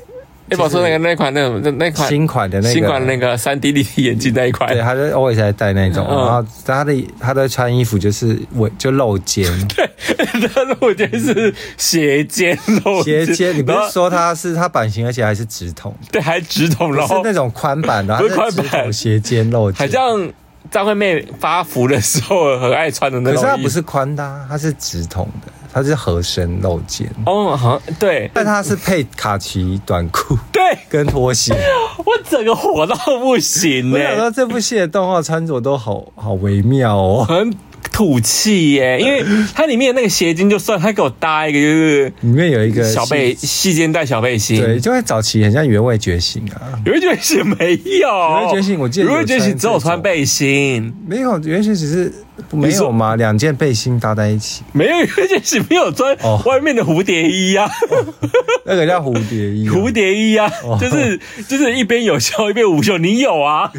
，Apple 出的那个那一款那种那那对，款新款的那个新款那个三 D 立体眼镜那一款啊对，，他就 always 在戴那种，哎嗯然后他的他都穿衣服就是我就露肩，那露肩是斜肩 露斜肩。你不然是后说他是他版型，而且还是直筒，对，还直筒，不然是后那种宽版的，不是它直宽版筒斜肩露肩很。像张惠妹发福的时候很爱穿的那可是种它衣不服。是宽的、啊，它是直筒的，它是合身露肩，哦，好像对但它是配卡其短裤 对，跟 拖鞋。我整个火到不行我呢、想说这部戏的动画穿着都好好微妙哦，很土气耶、因为它里面那个斜肩就算，它给我搭一个就是里面有一个小背细肩带小背心，对，就会早期很像原味觉醒啊。有一觉醒没有？有一觉醒我记得有有一觉醒只有穿背心，没有，原先只是没你说有嘛，两件背心搭在一起，没有有一觉醒没有穿哦外面的蝴蝶衣啊，那个叫蝴蝶衣啊、蝴蝶衣啊，就是就是一边有袖一边无袖，你有 啊？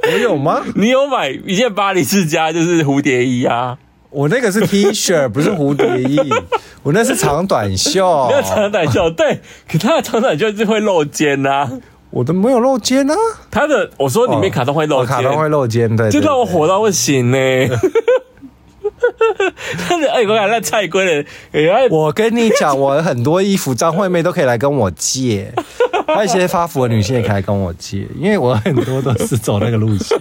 我有吗？你有买一件巴黎世家就是蝴蝶衣啊？我那个是 T 恤，不是蝴蝶衣，我那是长短袖你。要长短 袖，对，可他的长短袖就是会露肩呐、啊。我都没有露肩啊，他的我说里面卡通会露哦肩，卡通会露肩，对，就对让我对火到不行呢、但是哎，我感觉那菜龟的，哎，我跟你讲，我很多衣服张惠妹都可以来跟我借，还有一些发福的女性也可以来跟我借，因为我很多都是走那个路 线。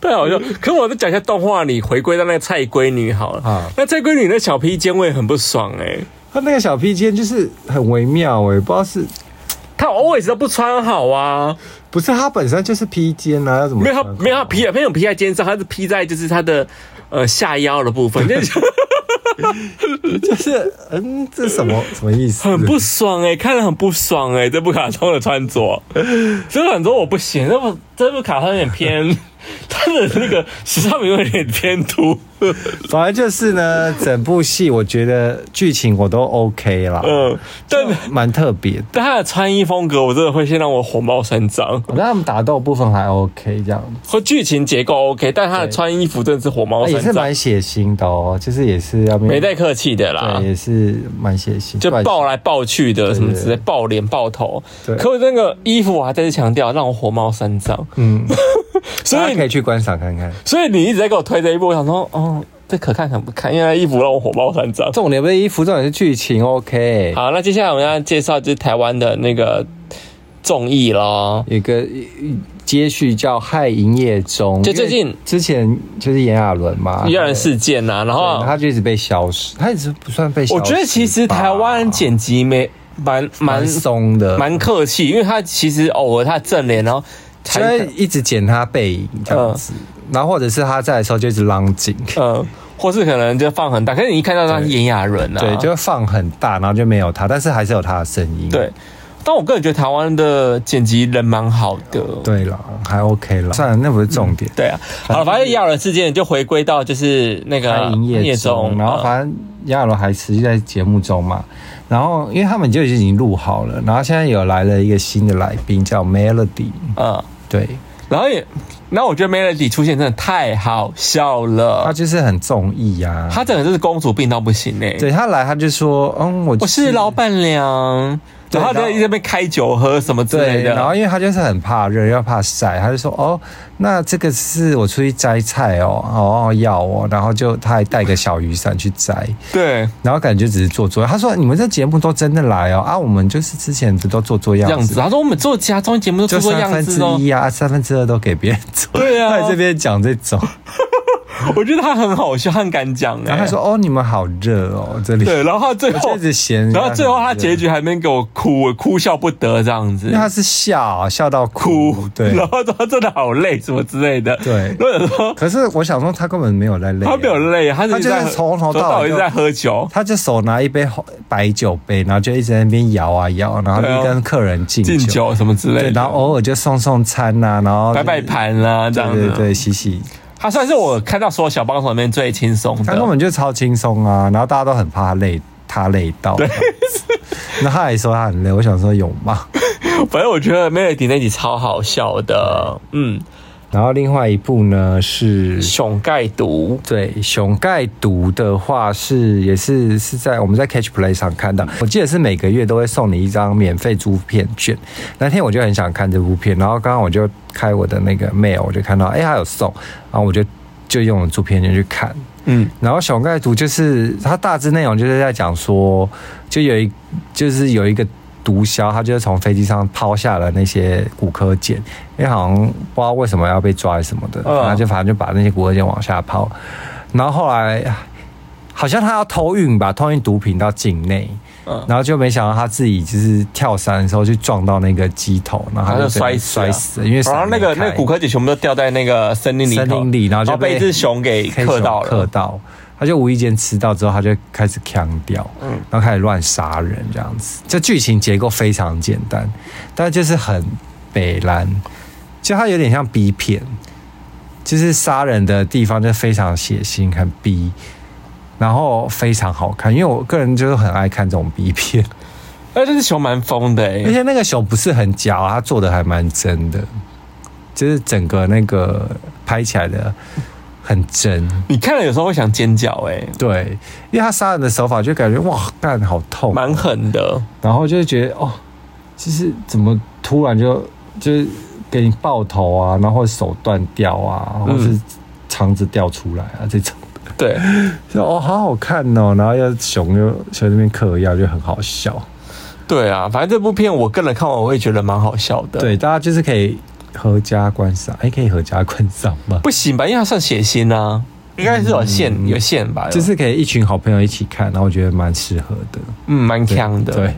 太好笑。可我再讲一下动画里回归到那个菜龟女好了。啊那菜龟女那小披肩我也很不爽哎、她那个小披肩就是很微妙、我也不知道是她 always 都不穿好啊，不是她本身就是披肩啊，要怎么没有她穿法没有她披没有披在肩上，她是披在就是她的呃下腰的部分，就是就是嗯，这什么什么意思？很不爽哎、看了很不爽哎、这部卡通的穿着，这部卡通我不行，这部这部卡通有点偏，它的那个时尚名有点偏突。反正就是呢，整部戏我觉得剧情我都 OK 啦，嗯，但蛮特别的。但他的穿衣风格，我真的会先让我火冒三丈。我觉得他们打斗部分还 OK，这样和剧情结构 OK，但他的对穿衣服真的是火冒啊也是三丈，蛮血腥的哦，就是也是要没带客气的啦对，。也是蛮血腥，就断抱来抱去的，什么对之类，抱脸、抱头。对可我那个衣服，我啊还再次强调，让我火冒三丈。嗯， 所大以家可以去观赏看看。所以你一直在给我推这一部，我想说，哦，这可看可不看，因为那衣服让我火爆三丈。重点不是衣服，重点是剧情 OK。好，那接下来我们要介绍就是台湾的那个综艺咯。有一个一接续叫《害营业中》，就最近因为之前就是炎亚纶嘛，一二人事件呐、然啊对，后啊他就一直被消失，他一直不算被消失哦我吧。觉得其实台湾剪辑没蛮蛮蛮松的，蛮客气，因为他其实偶尔他正脸，然后就才会一直剪他背影这样子，嗯然后或者是他在的时候就一直浪景，呃，或是可能就放很大，可是你一看到他是对炎亚纶啊，对，就会放很大，然后就没有他，但是还是有他的声音。对。但我个人觉得台湾的剪辑人蛮好的，对了，还 OK 了，算了，那不是重点。对啊，好了，反正亚人事件就回归到就是那他个营业中，然后呃反正炎亚纶还持续在节目中嘛。然后，因为他们就已经录好了，然后现在有来了一个新的来宾叫 Melody，嗯，对然后也，然后我觉得 Melody 出现真的太好笑他了，就是很综艺啊。她整个就是公主病到不行哎、对他来，他就说，嗯，我、我是老板娘，对然后在然后一直在那边开酒喝什么之类对，的，然后因为他就是很怕热，又怕晒，他就说哦，那这个是我出去摘菜哦，哦要哦，然后就他还带个小雨伞去摘，对然后感觉只是做作业。他说你们这节目都真的来哦啊，我们就是之前不都做做样样子，子。她说我们做其他综艺节目都就做做三样分子之哦，一啊，三分之二都给别人做。对啊他在这边讲这种，我觉得他很好笑，他很敢讲哎、然后他说：“哦，你们好热哦，这里。”对，然后他最后我就一直嫌人家然后最后他很热结局还没给我哭，我哭笑不得这样子因为。他是笑笑到哭，哭，对然后他真的好累，什么之类的，对然。后我想说可是我想说，他根本没有在累啊、他没有累，他他是就在是从头尾到尾一就直在喝酒，他就手拿一杯红白酒杯，然后就一直在那边摇啊摇，然后对啊就跟客人敬敬酒什么之类对，的，然后偶尔就送送餐呐、然后就摆是摆盘啦这样对子。啊对对，洗洗，他算是我看到所有小帮手里面最轻松他根的。本就超轻松啊，然后大家都很怕他累，他累到， 然后他还说他很累，我想说有吗？反正我觉得 Melody 那集超好笑的，嗯，然后另外一部呢是熊盖毒，对，熊盖毒的话是也是是在我们在 Catch Play 上看到，我记得是每个月都会送你一张免费租片券。那天我就很想看这部片，然后刚刚我就开我的那个 mail，我就看到哎、它有送，然后我就就用了租片券去看。嗯，然后熊盖毒就是它大致内容就是在讲说，就有一就是有一个毒枭，他就是从飞机上抛下了那些骨科碱，因为好像不知道为什么要被抓还是什么的，嗯然后就反正就把那些骨科碱往下抛，然后后来好像他要偷运吧，偷运毒品到境内。嗯然后就没想到他自己就是跳伞的时候去撞到那个机头，然后他他就就整个摔死了摔死了，因为然后伞那没个开那个骨科姐全部都掉在那个森林里头，森林里然后就然后被被一只熊给 黑克熊到克了，到，他就无意间吃到之后，他就开始腔掉，嗯然后开始乱杀人这样子。这剧情结构非常简单，但就是很北蓝，就它有点像 B 片，就是杀人的地方就非常血腥，很逼，然后非常好看。因为我个人就是很爱看这种 B 片，哎，这只熊蛮疯的哎、而且那个熊不是很假啊，它做的还蛮真的，就是整个那个拍起来的很真。你看了有时候会想尖叫哎、对，因为他杀人的手法就感觉哇，干好痛，蛮狠的，然后就觉得哦，就是怎么突然就就是给你爆头啊，然后或者手断掉啊，或是肠子掉出来啊这种，对。 就哦好好看哦，然后又熊就熊那边嗑药就很好笑，对啊，反正这部片我个人看完我会觉得蛮好笑的。，对，大家就是可以合家观赏，哎、可以合家观赏吧。不行吧？因为它算血腥啊，应该是有线、有线吧？就是可以一群好朋友一起看，然后我觉得蛮适合的。嗯，蛮对强的。对，，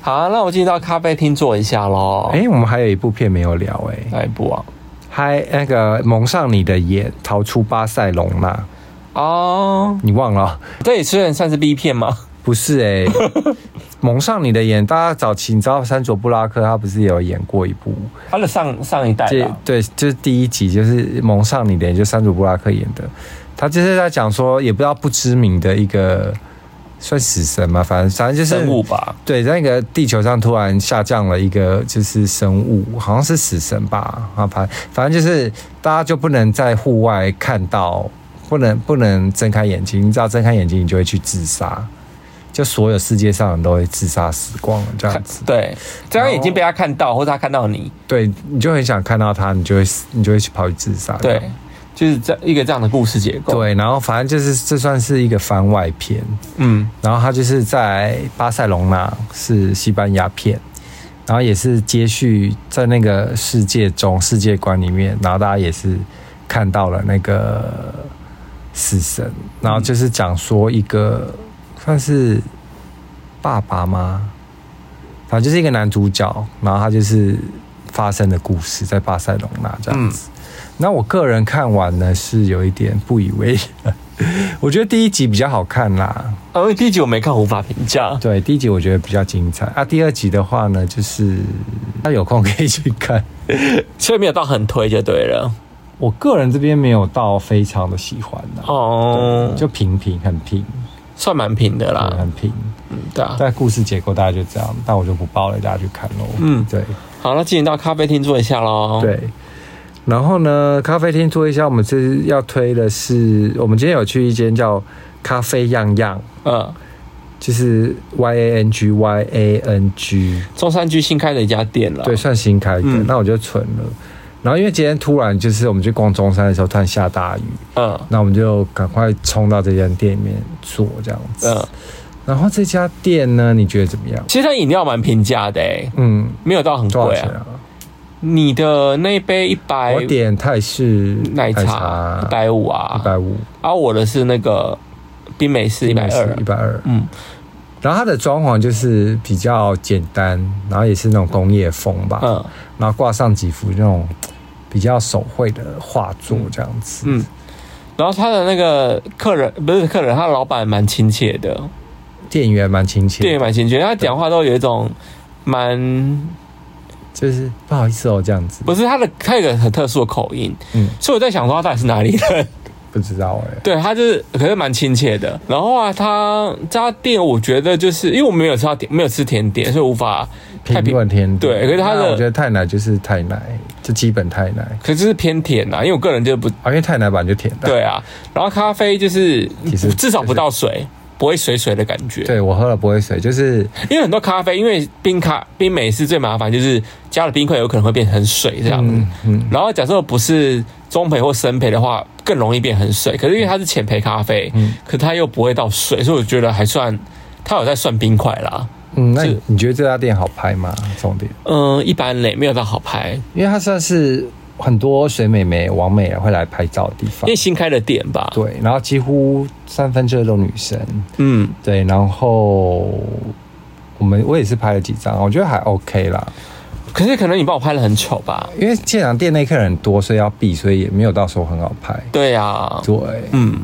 好、啊，那我进到咖啡厅坐一下喽。哎、我们还有一部片没有聊、哎，哪一部啊？嗨，那个蒙上你的眼，逃出巴塞隆纳，哦，你忘了？这也虽然算是 B 片嘛， 不是哎、蒙上你的眼，大家早期你知道山卓布拉克他不是也有演过一部？它的上上一代这吧。对，就是第一集就是蒙上你的眼，就山卓布拉克演的，他就是在讲说也不知道不知名的一个算死神嘛，反正反正就是生物吧，对，在那个地球上突然下降了一个就是生物，好像是死神吧，啊，反反正就是大家就不能在户外看到，不能不能睁开眼睛，你只要睁开眼睛，你就会去自杀，就所有世界上人都会自杀死光了这样 子。对，这样然后已经被他看到，或者他看到你，对，你就很想看到他，你就会死你就会去跑去自杀。这对样，就是这一个这样的故事结构。，对，然后反正就是这算是一个番外篇，嗯，然后他就是在巴塞隆纳是西班牙片，然后也是接续在那个世界中世界观里面，然后大家也是看到了那个死神，然后就是讲说一个算是爸爸吗？反正就是一个男主角，然后他就是发生的故事在巴塞隆纳这样子。那我个人看完呢是有一点不以为然， 我觉得第一集比较好看啦，啊因为第一集我没看，无法评价。对，第一集我觉得比较精彩啊。第二集的话呢，就是大家有空可以去看。 所以没有到很推就对了。我个人这边没有到非常的喜欢啦，哦，就就平平很平，算蛮平的对啦很。平。对啊。但故事结构大概就这样，但我就不爆了，大家去看喽。嗯对好，那进行到咖啡厅坐一下喽。，对。然后呢，咖啡厅做一下，我们这次要推的是，我们今天有去一间叫咖啡样样，嗯，就是 Y A N G Y A N G。中山区新开的一家店了。对，算新开的。嗯那我就存了。然后因为今天突然就是我们去逛中山的时候，突然下大雨，嗯那我们就赶快冲到这间店里面坐这样子。嗯，然后这家店呢，你觉得怎么样？其实它饮料蛮平价的诶、欸嗯，没有到很多少贵钱啊，啊？你的那一杯一百我点泰式奶茶一百五啊，一百五，啊，我的是那个冰美式一百二一，百二。嗯，然后它的装潢就是比较简单，然后也是那种工业风吧，嗯然后挂上几幅那种比较手绘的画作这样子。嗯。然后他的那个客人不是客人，他的老板蛮亲切的，店员蛮亲切的，店员蛮亲切，他讲话都有一种蛮就是不好意思哦这样子。不是他的，他有一个很特殊的口音，嗯，所以我在想说他到底是哪里 人。不知道哎、对，他就是可是蛮亲切的。然后啊，他这家店我觉得就是因为我没有吃到点，没有吃甜点，所以无法太评论天地对可是它的那我觉得太奶就是太奶，就基本太奶，可是偏甜呐、因为我个人就不啊，因为太奶本来就甜的。对啊。然后咖啡就是其实至少不到水，不会水水的感觉。对我喝了不会水，就是因为很多咖啡，因为冰咖冰美式最麻烦就是加了冰块有可能会变成水这样子。嗯嗯，然后假设不是中培或深培的话，更容易变很水。可是因为它是浅培咖啡，嗯可它又不会到水，所以我觉得还算它有在算冰块啦。嗯，那你是你觉得这家店好拍吗？重点，嗯，一般嘞，没有到好拍，因为它算是很多水美眉、王美啊会来拍照的地因方为。新开的店吧。，对，然后几乎三分之二都女生。嗯，对，然后我们我也是拍了几张，我觉得还 OK 啦。可是可能你帮我拍的很丑吧？因为现场店内客人很多，所以要避，所以也没有到时候很好拍。对啊，对，嗯，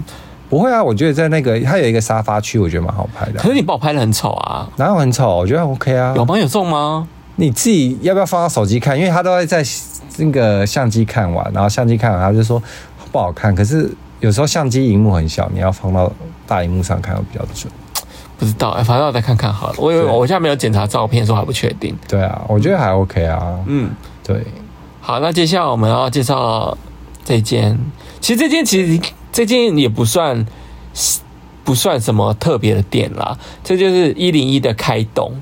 不会啊，我觉得在那个它有一个沙发区，我觉得蛮好拍的啊、可是你帮我拍的很丑啊，哪有很丑？我觉得 OK 啊。有吗？有中吗？你自己要不要放到手机看？因为他都会在那个相机看完，然后相机看完他就说不好看。可是有时候相机荧幕很小，你要放到大荧幕上看会比较准。不知道，哎反正我再看看好了。我以为对我现在没有检查照片，所以我还不确定。对啊，我觉得还 OK 啊。嗯，对，好，那接下来我们要介绍这间，其实这间其实这间也不算不算什么特别的店啦，这就是一零一的开动，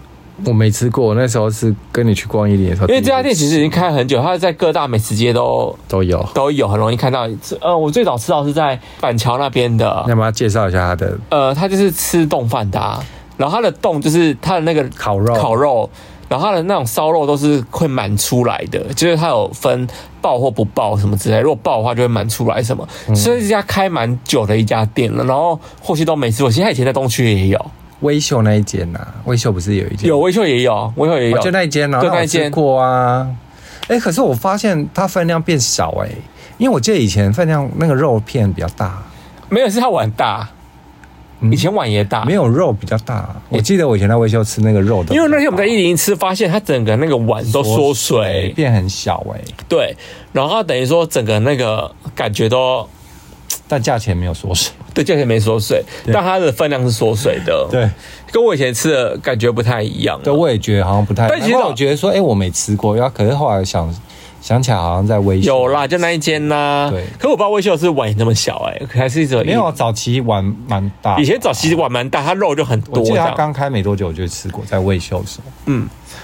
我没吃过，那时候是跟你去逛一零的时候，因为这家店其实已经开很久，它在各大美食街都都有。都有，很容易看到。呃，我最早吃到是在板桥那边的，要不要介绍一下它的呃，它就是吃冻饭的、啊，然后它的冻就是它的那个烤肉？烤肉，然后它的那种烧肉都是会满出来的，就是它有分爆或不爆什么之类，如果爆的话就会满出来什么。嗯所以这家开蛮久的一家店了，然后后续都没吃过。其实它以前在东区也有，微秀那一间呐、啊，微秀不是有一间？有微秀也有，微秀也有哦，就那一间啊，就那那我一吃间过啊。哎、可是我发现它分量变少哎、因为我记得以前分量那个肉片比较大，没有是它碗大，嗯以前碗也大，没有。有肉比较大。我记得我以前在维修吃那个肉的，啊因为那天我们在一零一吃，发现它整个那个碗都缩水，变很小哎、对，然后它等于说整个那个感觉都但价钱没有缩水。对，价钱没缩水，但它的分量是缩水的，，对，跟我以前吃的感觉不太一样了。啊对，我也觉得好像不太。但其实难怪老我觉得说，哎、我没吃过，然后可是后来想想起来，好像在维修有啦，就那一间呐、对可我不知道微秀是碗也那么小哎、还是一种没有啊早期碗蛮大，以前早期碗蛮大，它肉就很我多记这得它样。刚开没多久我就吃过，在维修的时候。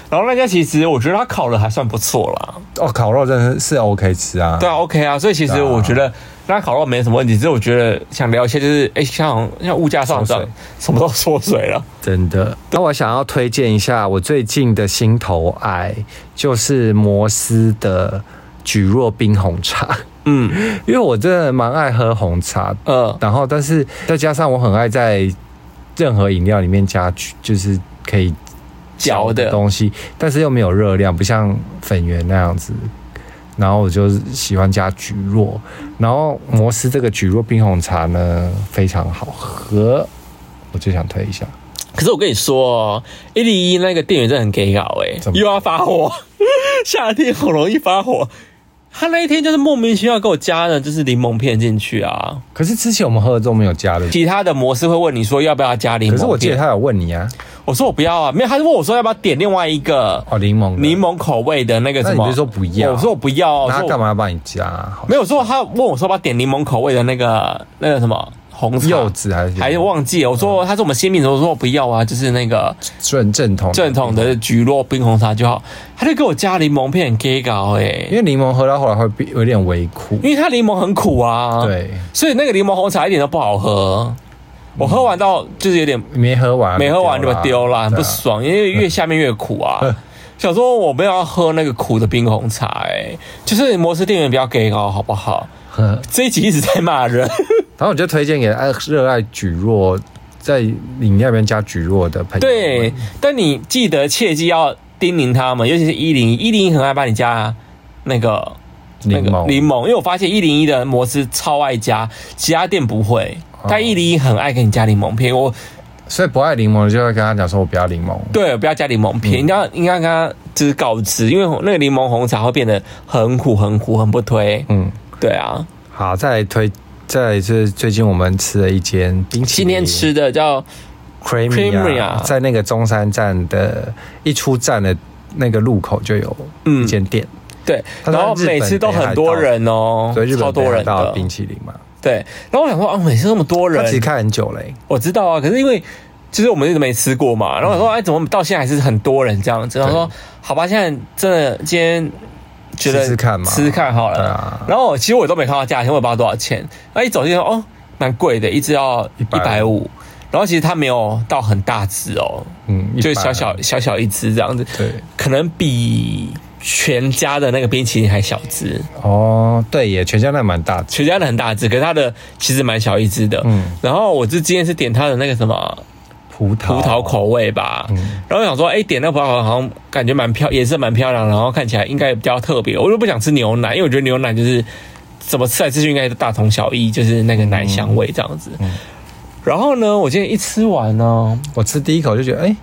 然后那家其实我觉得它烤的还算不错啦，哦，烤肉真的是 OK 吃啊。对啊，OK 啊。所以其对实啊我觉得那烤肉没什么问题，只是我觉得想聊一些就是哎、像像物价上缩涨水，什么都缩水了。真的。那我想要推荐一下我最近的心头爱，就是摩斯的菊若冰红茶， 嗯因为我真的蛮爱喝红茶，呃然后但是再加上我很爱在任何饮料里面加菊，就是可以嚼的东西，但是又没有热量，不像粉圆那样子。然后我就喜欢加菊若，然后摩斯这个菊若冰红茶呢非常好喝，我就想推一下。可是我跟你说哦，一零一那个店员真的很给搞哎、怎么又要发火， 夏天很容易发火。他那一天就是莫名其妙给我加了就是柠檬片进去啊。可是之前我们喝的都没有加的，其他的模式会问你说要不要加柠檬可片是我记得他有问你啊，我说我不要啊，没有，他是问我说要不要点另外一个哦，柠檬的柠，檬口味的那个什那么？你就说不要我说我不要啊，我说那他我干嘛要帮你加啊？好没有说他问我说要不要点柠檬口味的那个那个什么红茶柚子啊还还是忘记了。我说他是我们新品种，我说我不要啊，就是那个正正统正统，的菊络冰红茶就好。他就给我加柠檬片给搞因哎，为柠檬喝到后来会变有点微苦，因为它柠檬很苦啊，，对，所以那个柠檬红茶一点都不好喝。我喝完到就是有点嗯没喝完，没喝完就就把它丢啦，很对啊不爽，因为越下面越苦啊。 想说我没有要喝那个苦的冰红茶、哎，就是摩斯店员不要给搞好不好？嗯这一集一直在骂人，然后我就推荐给爱热爱蒟蒻，在饮料里面加蒟蒻的朋友。对，，但你记得切记要叮咛他们，尤其是一零一零一很爱把你加那个那柠个檬，柠檬，因为我发现一零一的摩斯超爱加，其他店不会，哦但一零一很爱给你加柠檬片。我所以不爱柠檬的就会跟他讲说，我不要柠檬。对，不要加柠檬片，嗯你要应该跟他就是告知，因为那个柠檬红茶会变得很苦、很苦、很不推。嗯，对啊，好，再来推，再来是最近我们吃了一间冰淇今淋，天吃的叫 Creamy 啊， Creamery 在那个中山站的一出站的那个路口就有一嗯，间店，对，它是然后日本每次都北海很多道人哦所以日，超本多北海人道的的。冰淇淋嘛，对，然后我想说，啊，每次那么多它人其实，开很久嘞、欸我知道啊，可是因为就是我们一直没吃过嘛，然后我嗯说，哎，怎么到现在还是很多人这样子？然后说，好吧，现在真的今天觉得试试看嘛试试看好了。对啊然后我其实我都没看到价钱，我也不知道多少钱。那一走进去，哦，蛮贵的，一只要一百150五。然后其实它没有到很大只哦，嗯，就一般小小小小一只这样子，对，可能比全家的那个冰淇淋还小只。哦，对耶，全家那蛮大只，全家的很大只，可是它的其实蛮小一只的。嗯然后我是今天是点它的那个什么葡葡萄萄，口味吧，嗯然后想说，哎、点那葡萄口味好像感觉蛮漂，颜色蛮漂亮，然后看起来应该也比较特别。我就不想吃牛奶，因为我觉得牛奶就是怎么吃来吃去应该都大同小异，就是那个奶香味这样子。嗯然后呢，我今天一吃完呢，我吃第一口就觉得，哎、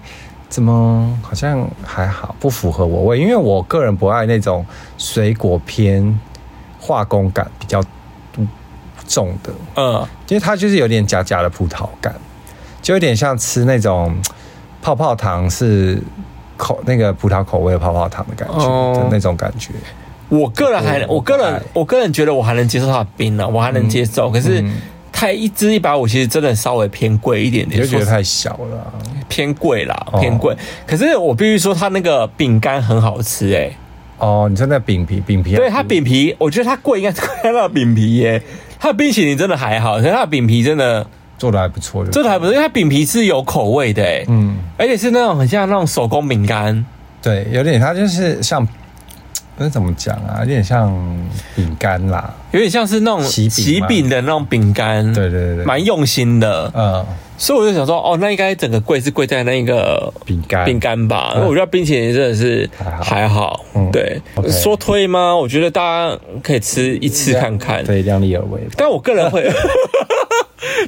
怎么好像还好，不符合我味，因为我个人不爱那种水果偏化工感比较重的，嗯，因为它就是有点假假的葡萄感，就有点像吃那种嘖泡泡糖是口那个葡萄口味的泡泡糖的感觉、哦的那种感觉。我个人还，这个我我不嗯个爱人，我个人觉得我还能接受它的冰了，我还能接受，可是。它一支一百五，其实真的稍微偏贵一点你点，就觉说得实太小了啊、偏贵啦，哦偏贵。可是我必须说，它那个饼干很好吃哎诶、哦，你说那饼皮饼皮，对，它饼皮，我觉得它贵应该是贵在那个饼皮耶、 它的冰淇淋真的还好，可是它的饼皮真的做的还不错，真的还不错，因为它饼皮是有口味的诶、嗯，而且是那种很像那种手工饼干，对，有点它就是像，嘖那怎么讲啊？有点像饼干啦，有点像是那种喜饼吗饼的那种饼干，对对对对蛮用心的。呃，所以我就想说，哦，那应该整个贵是贵在那个饼干饼干吧，嗯我觉得冰淇淋真的是还好还好，嗯对。 OK 说推吗？我觉得大家可以吃一次看看，对，量力而为 吧，但我个人会，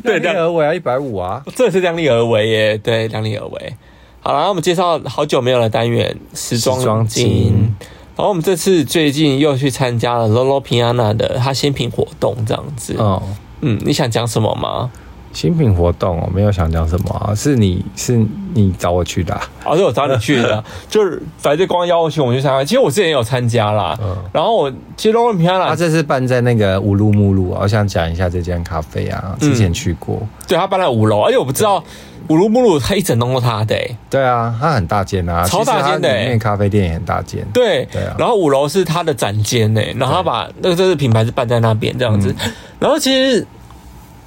对，量量力而为啊，一百五啊， 真的是量力而为耶，对，量力而为。好啦，那我们介绍好久没有的单元时装时装精精，然后我们这次最近又去参加了 Lolo Piana 的它新品活动，这样子。哦。嗯，你想讲什么吗？新品活动哦，没有想讲什么啊，是你是你找我去的、啊，哦，对，我找你去 的，就是反正光邀请我去参加。其实我之前也有参加啦，嗯然后我其实 Lolo Piana 他这次办在那个五路目路啊，我想讲一下这间咖啡嗯啊，之前去过，对他搬到五楼，而且我不知道五路目路他一整栋都他的、欸，对啊，它很大间啊，超大间的欸其实它里面咖啡店也很大间，对，对啊然后五楼是他的展间呢、欸，然后他把那个这个品牌是办在那边这样子，嗯然后其实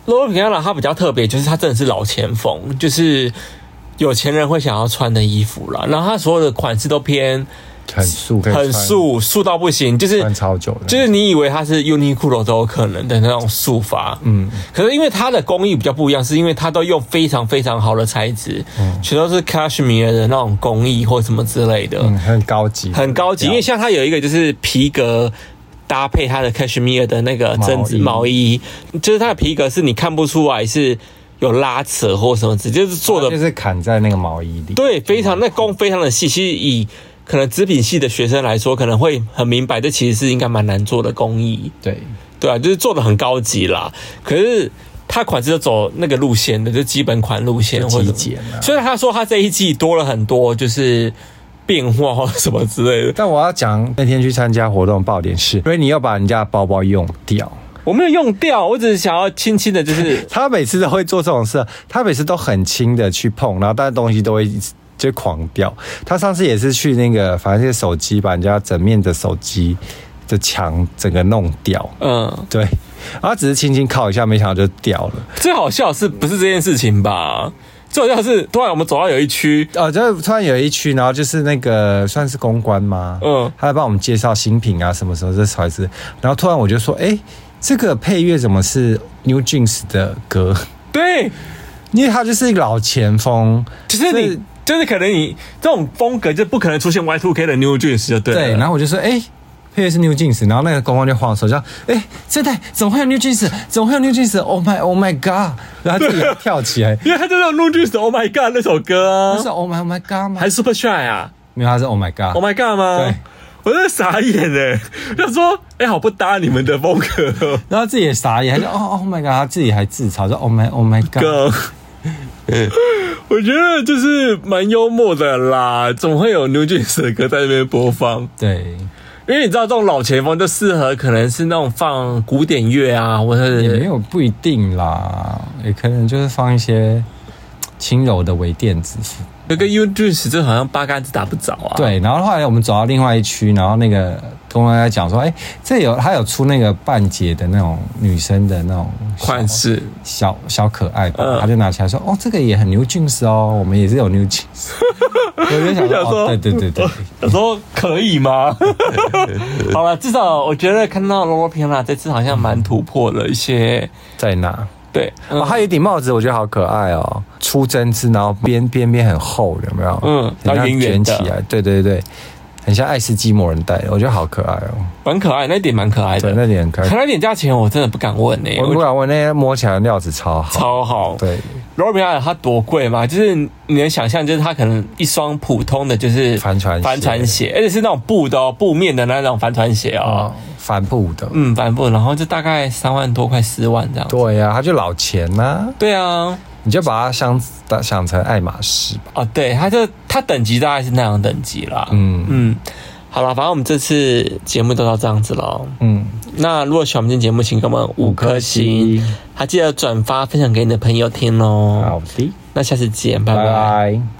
罗罗平安啦，它比较特别，就是它真的是老前锋，就是有钱人会想要穿的衣服啦，然后它所有的款式都偏很素，可以很穿，素，素到不行，就是穿超久的，就是你以为它是 Uniqlo 都有可能的那种束法，嗯，可是因为它的工艺比较不一样，是因为它都用非常非常好的材质，嗯全都是 cashmere 的那种工艺或什么之类的，嗯，很高级，很高级。因为像它有一个就是皮革。搭配它的 cashmere 的那个针织毛毛衣，就是它的皮革是你看不出来是有拉扯或什么，直啊接是嗯做的啊它就是砍在那个毛衣里，对，非常那工非常的细。其实以可能织品系的学生来说，可能会很明白，这其实是应该蛮难做的工艺。对，对啊，就是做的很高级啦。可是他款式就走那个路线的，就基本款路线就或者极简啊所以他说他这一季多了很多，就是变化或什么之类的。但我要讲那天去参加活动爆点是，因为你要把人家的包包用掉。我没有用掉，我只是想要轻轻的， 就是他每次都会做这种事，他每次都很轻的去碰，然后但是东西都会一直就狂掉。他上次也是去那个，反正是手机把人家整面的手机的墙整个弄掉，嗯，对，然后只是轻轻靠一下，没想到就掉了。最好笑的是不是这件事情吧？最好笑的是，突然我们走到有一区，哦，就是突然有一区，然后就是那个算是公关吗？嗯嗯，他在帮我们介绍新品啊，什么什么这才是。然后突然我就说，哎、这个配乐怎么是 New Jeans 的歌？对，因为它就是老前锋，就是你是就是可能你这种风格就不可能出现 Y Two K 的 New Jeans 就对了对。然后我就说，哎、配乐是 New Jeans，然后那个公关就晃手，就哎，这代怎么会有 New Jeans？怎么会有 New Jeans？Oh my Oh my God！然后就跳 起来，因为他就是有 New Jeans 的 Oh My God 那首歌不是啊， Oh my Oh my God 吗还？是 Super Shy 啊没有，他是 Oh my God。 ，Oh My God 吗对？我真的傻眼哎，想说哎、好不搭你们的风格哦，然后自己也傻 眼，他就哦 Oh my God，他自己还自嘲说 Oh my Oh my God。哥。 我觉得就是蛮幽默的啦，怎么会有 New Jeans 的歌在那边播放？对，因为你知道这种老前锋就适合可能是那种放古典乐啊，或者也没是有不一定啦，也可能就是放一些轻柔的微电子。有个 New Jeans 就好像八竿子打不着啊。，对，然后后来我们走到另外一区，然后那个跟我在讲说，哎、这有他有出那个半截的那种女生的那种小款式小小可爱吧，嗯他就拿起来说，哦，这个也很 New Jeans 哦，我们也是有 New Jeans。我就想说，想说哦、对对对 对，有时候可以 吗？ 好了，至少我觉得看到罗罗平啦，这次好像蛮突破了一些。在哪？对，嗯哦，还有一顶帽子，我觉得好可爱哦，粗针织，然后边边边很厚，有没有？嗯然后很像圆圆卷起的来，对对对，很像爱斯基摩人戴的，我觉得好可爱哦。蛮可爱，那一点蛮可爱的对，。那点很可可爱。那点价钱我真的不敢问呢、我我不觉得敢问，那些摸起来的料子超好。超好。对，罗比亚它多贵吗？就是你能想象，就是它可能一双普通的，就是帆船鞋帆船鞋，而且是那种布的哦，布面的那种帆船鞋哦哦，，帆布的。嗯，帆布，然后就大概三万多，快四万这样。对呀、它就老钱呐、对啊，你就把它想想成爱马仕吧。哦，对，它就它等级大概是那样等级啦。嗯嗯，好了，反正我们这次节目都到这样子喽。嗯，那如果喜欢我们今天节目，请给我们五颗星，还记得转发分享给你的朋友听哦。好的，那下次见，拜拜拜拜。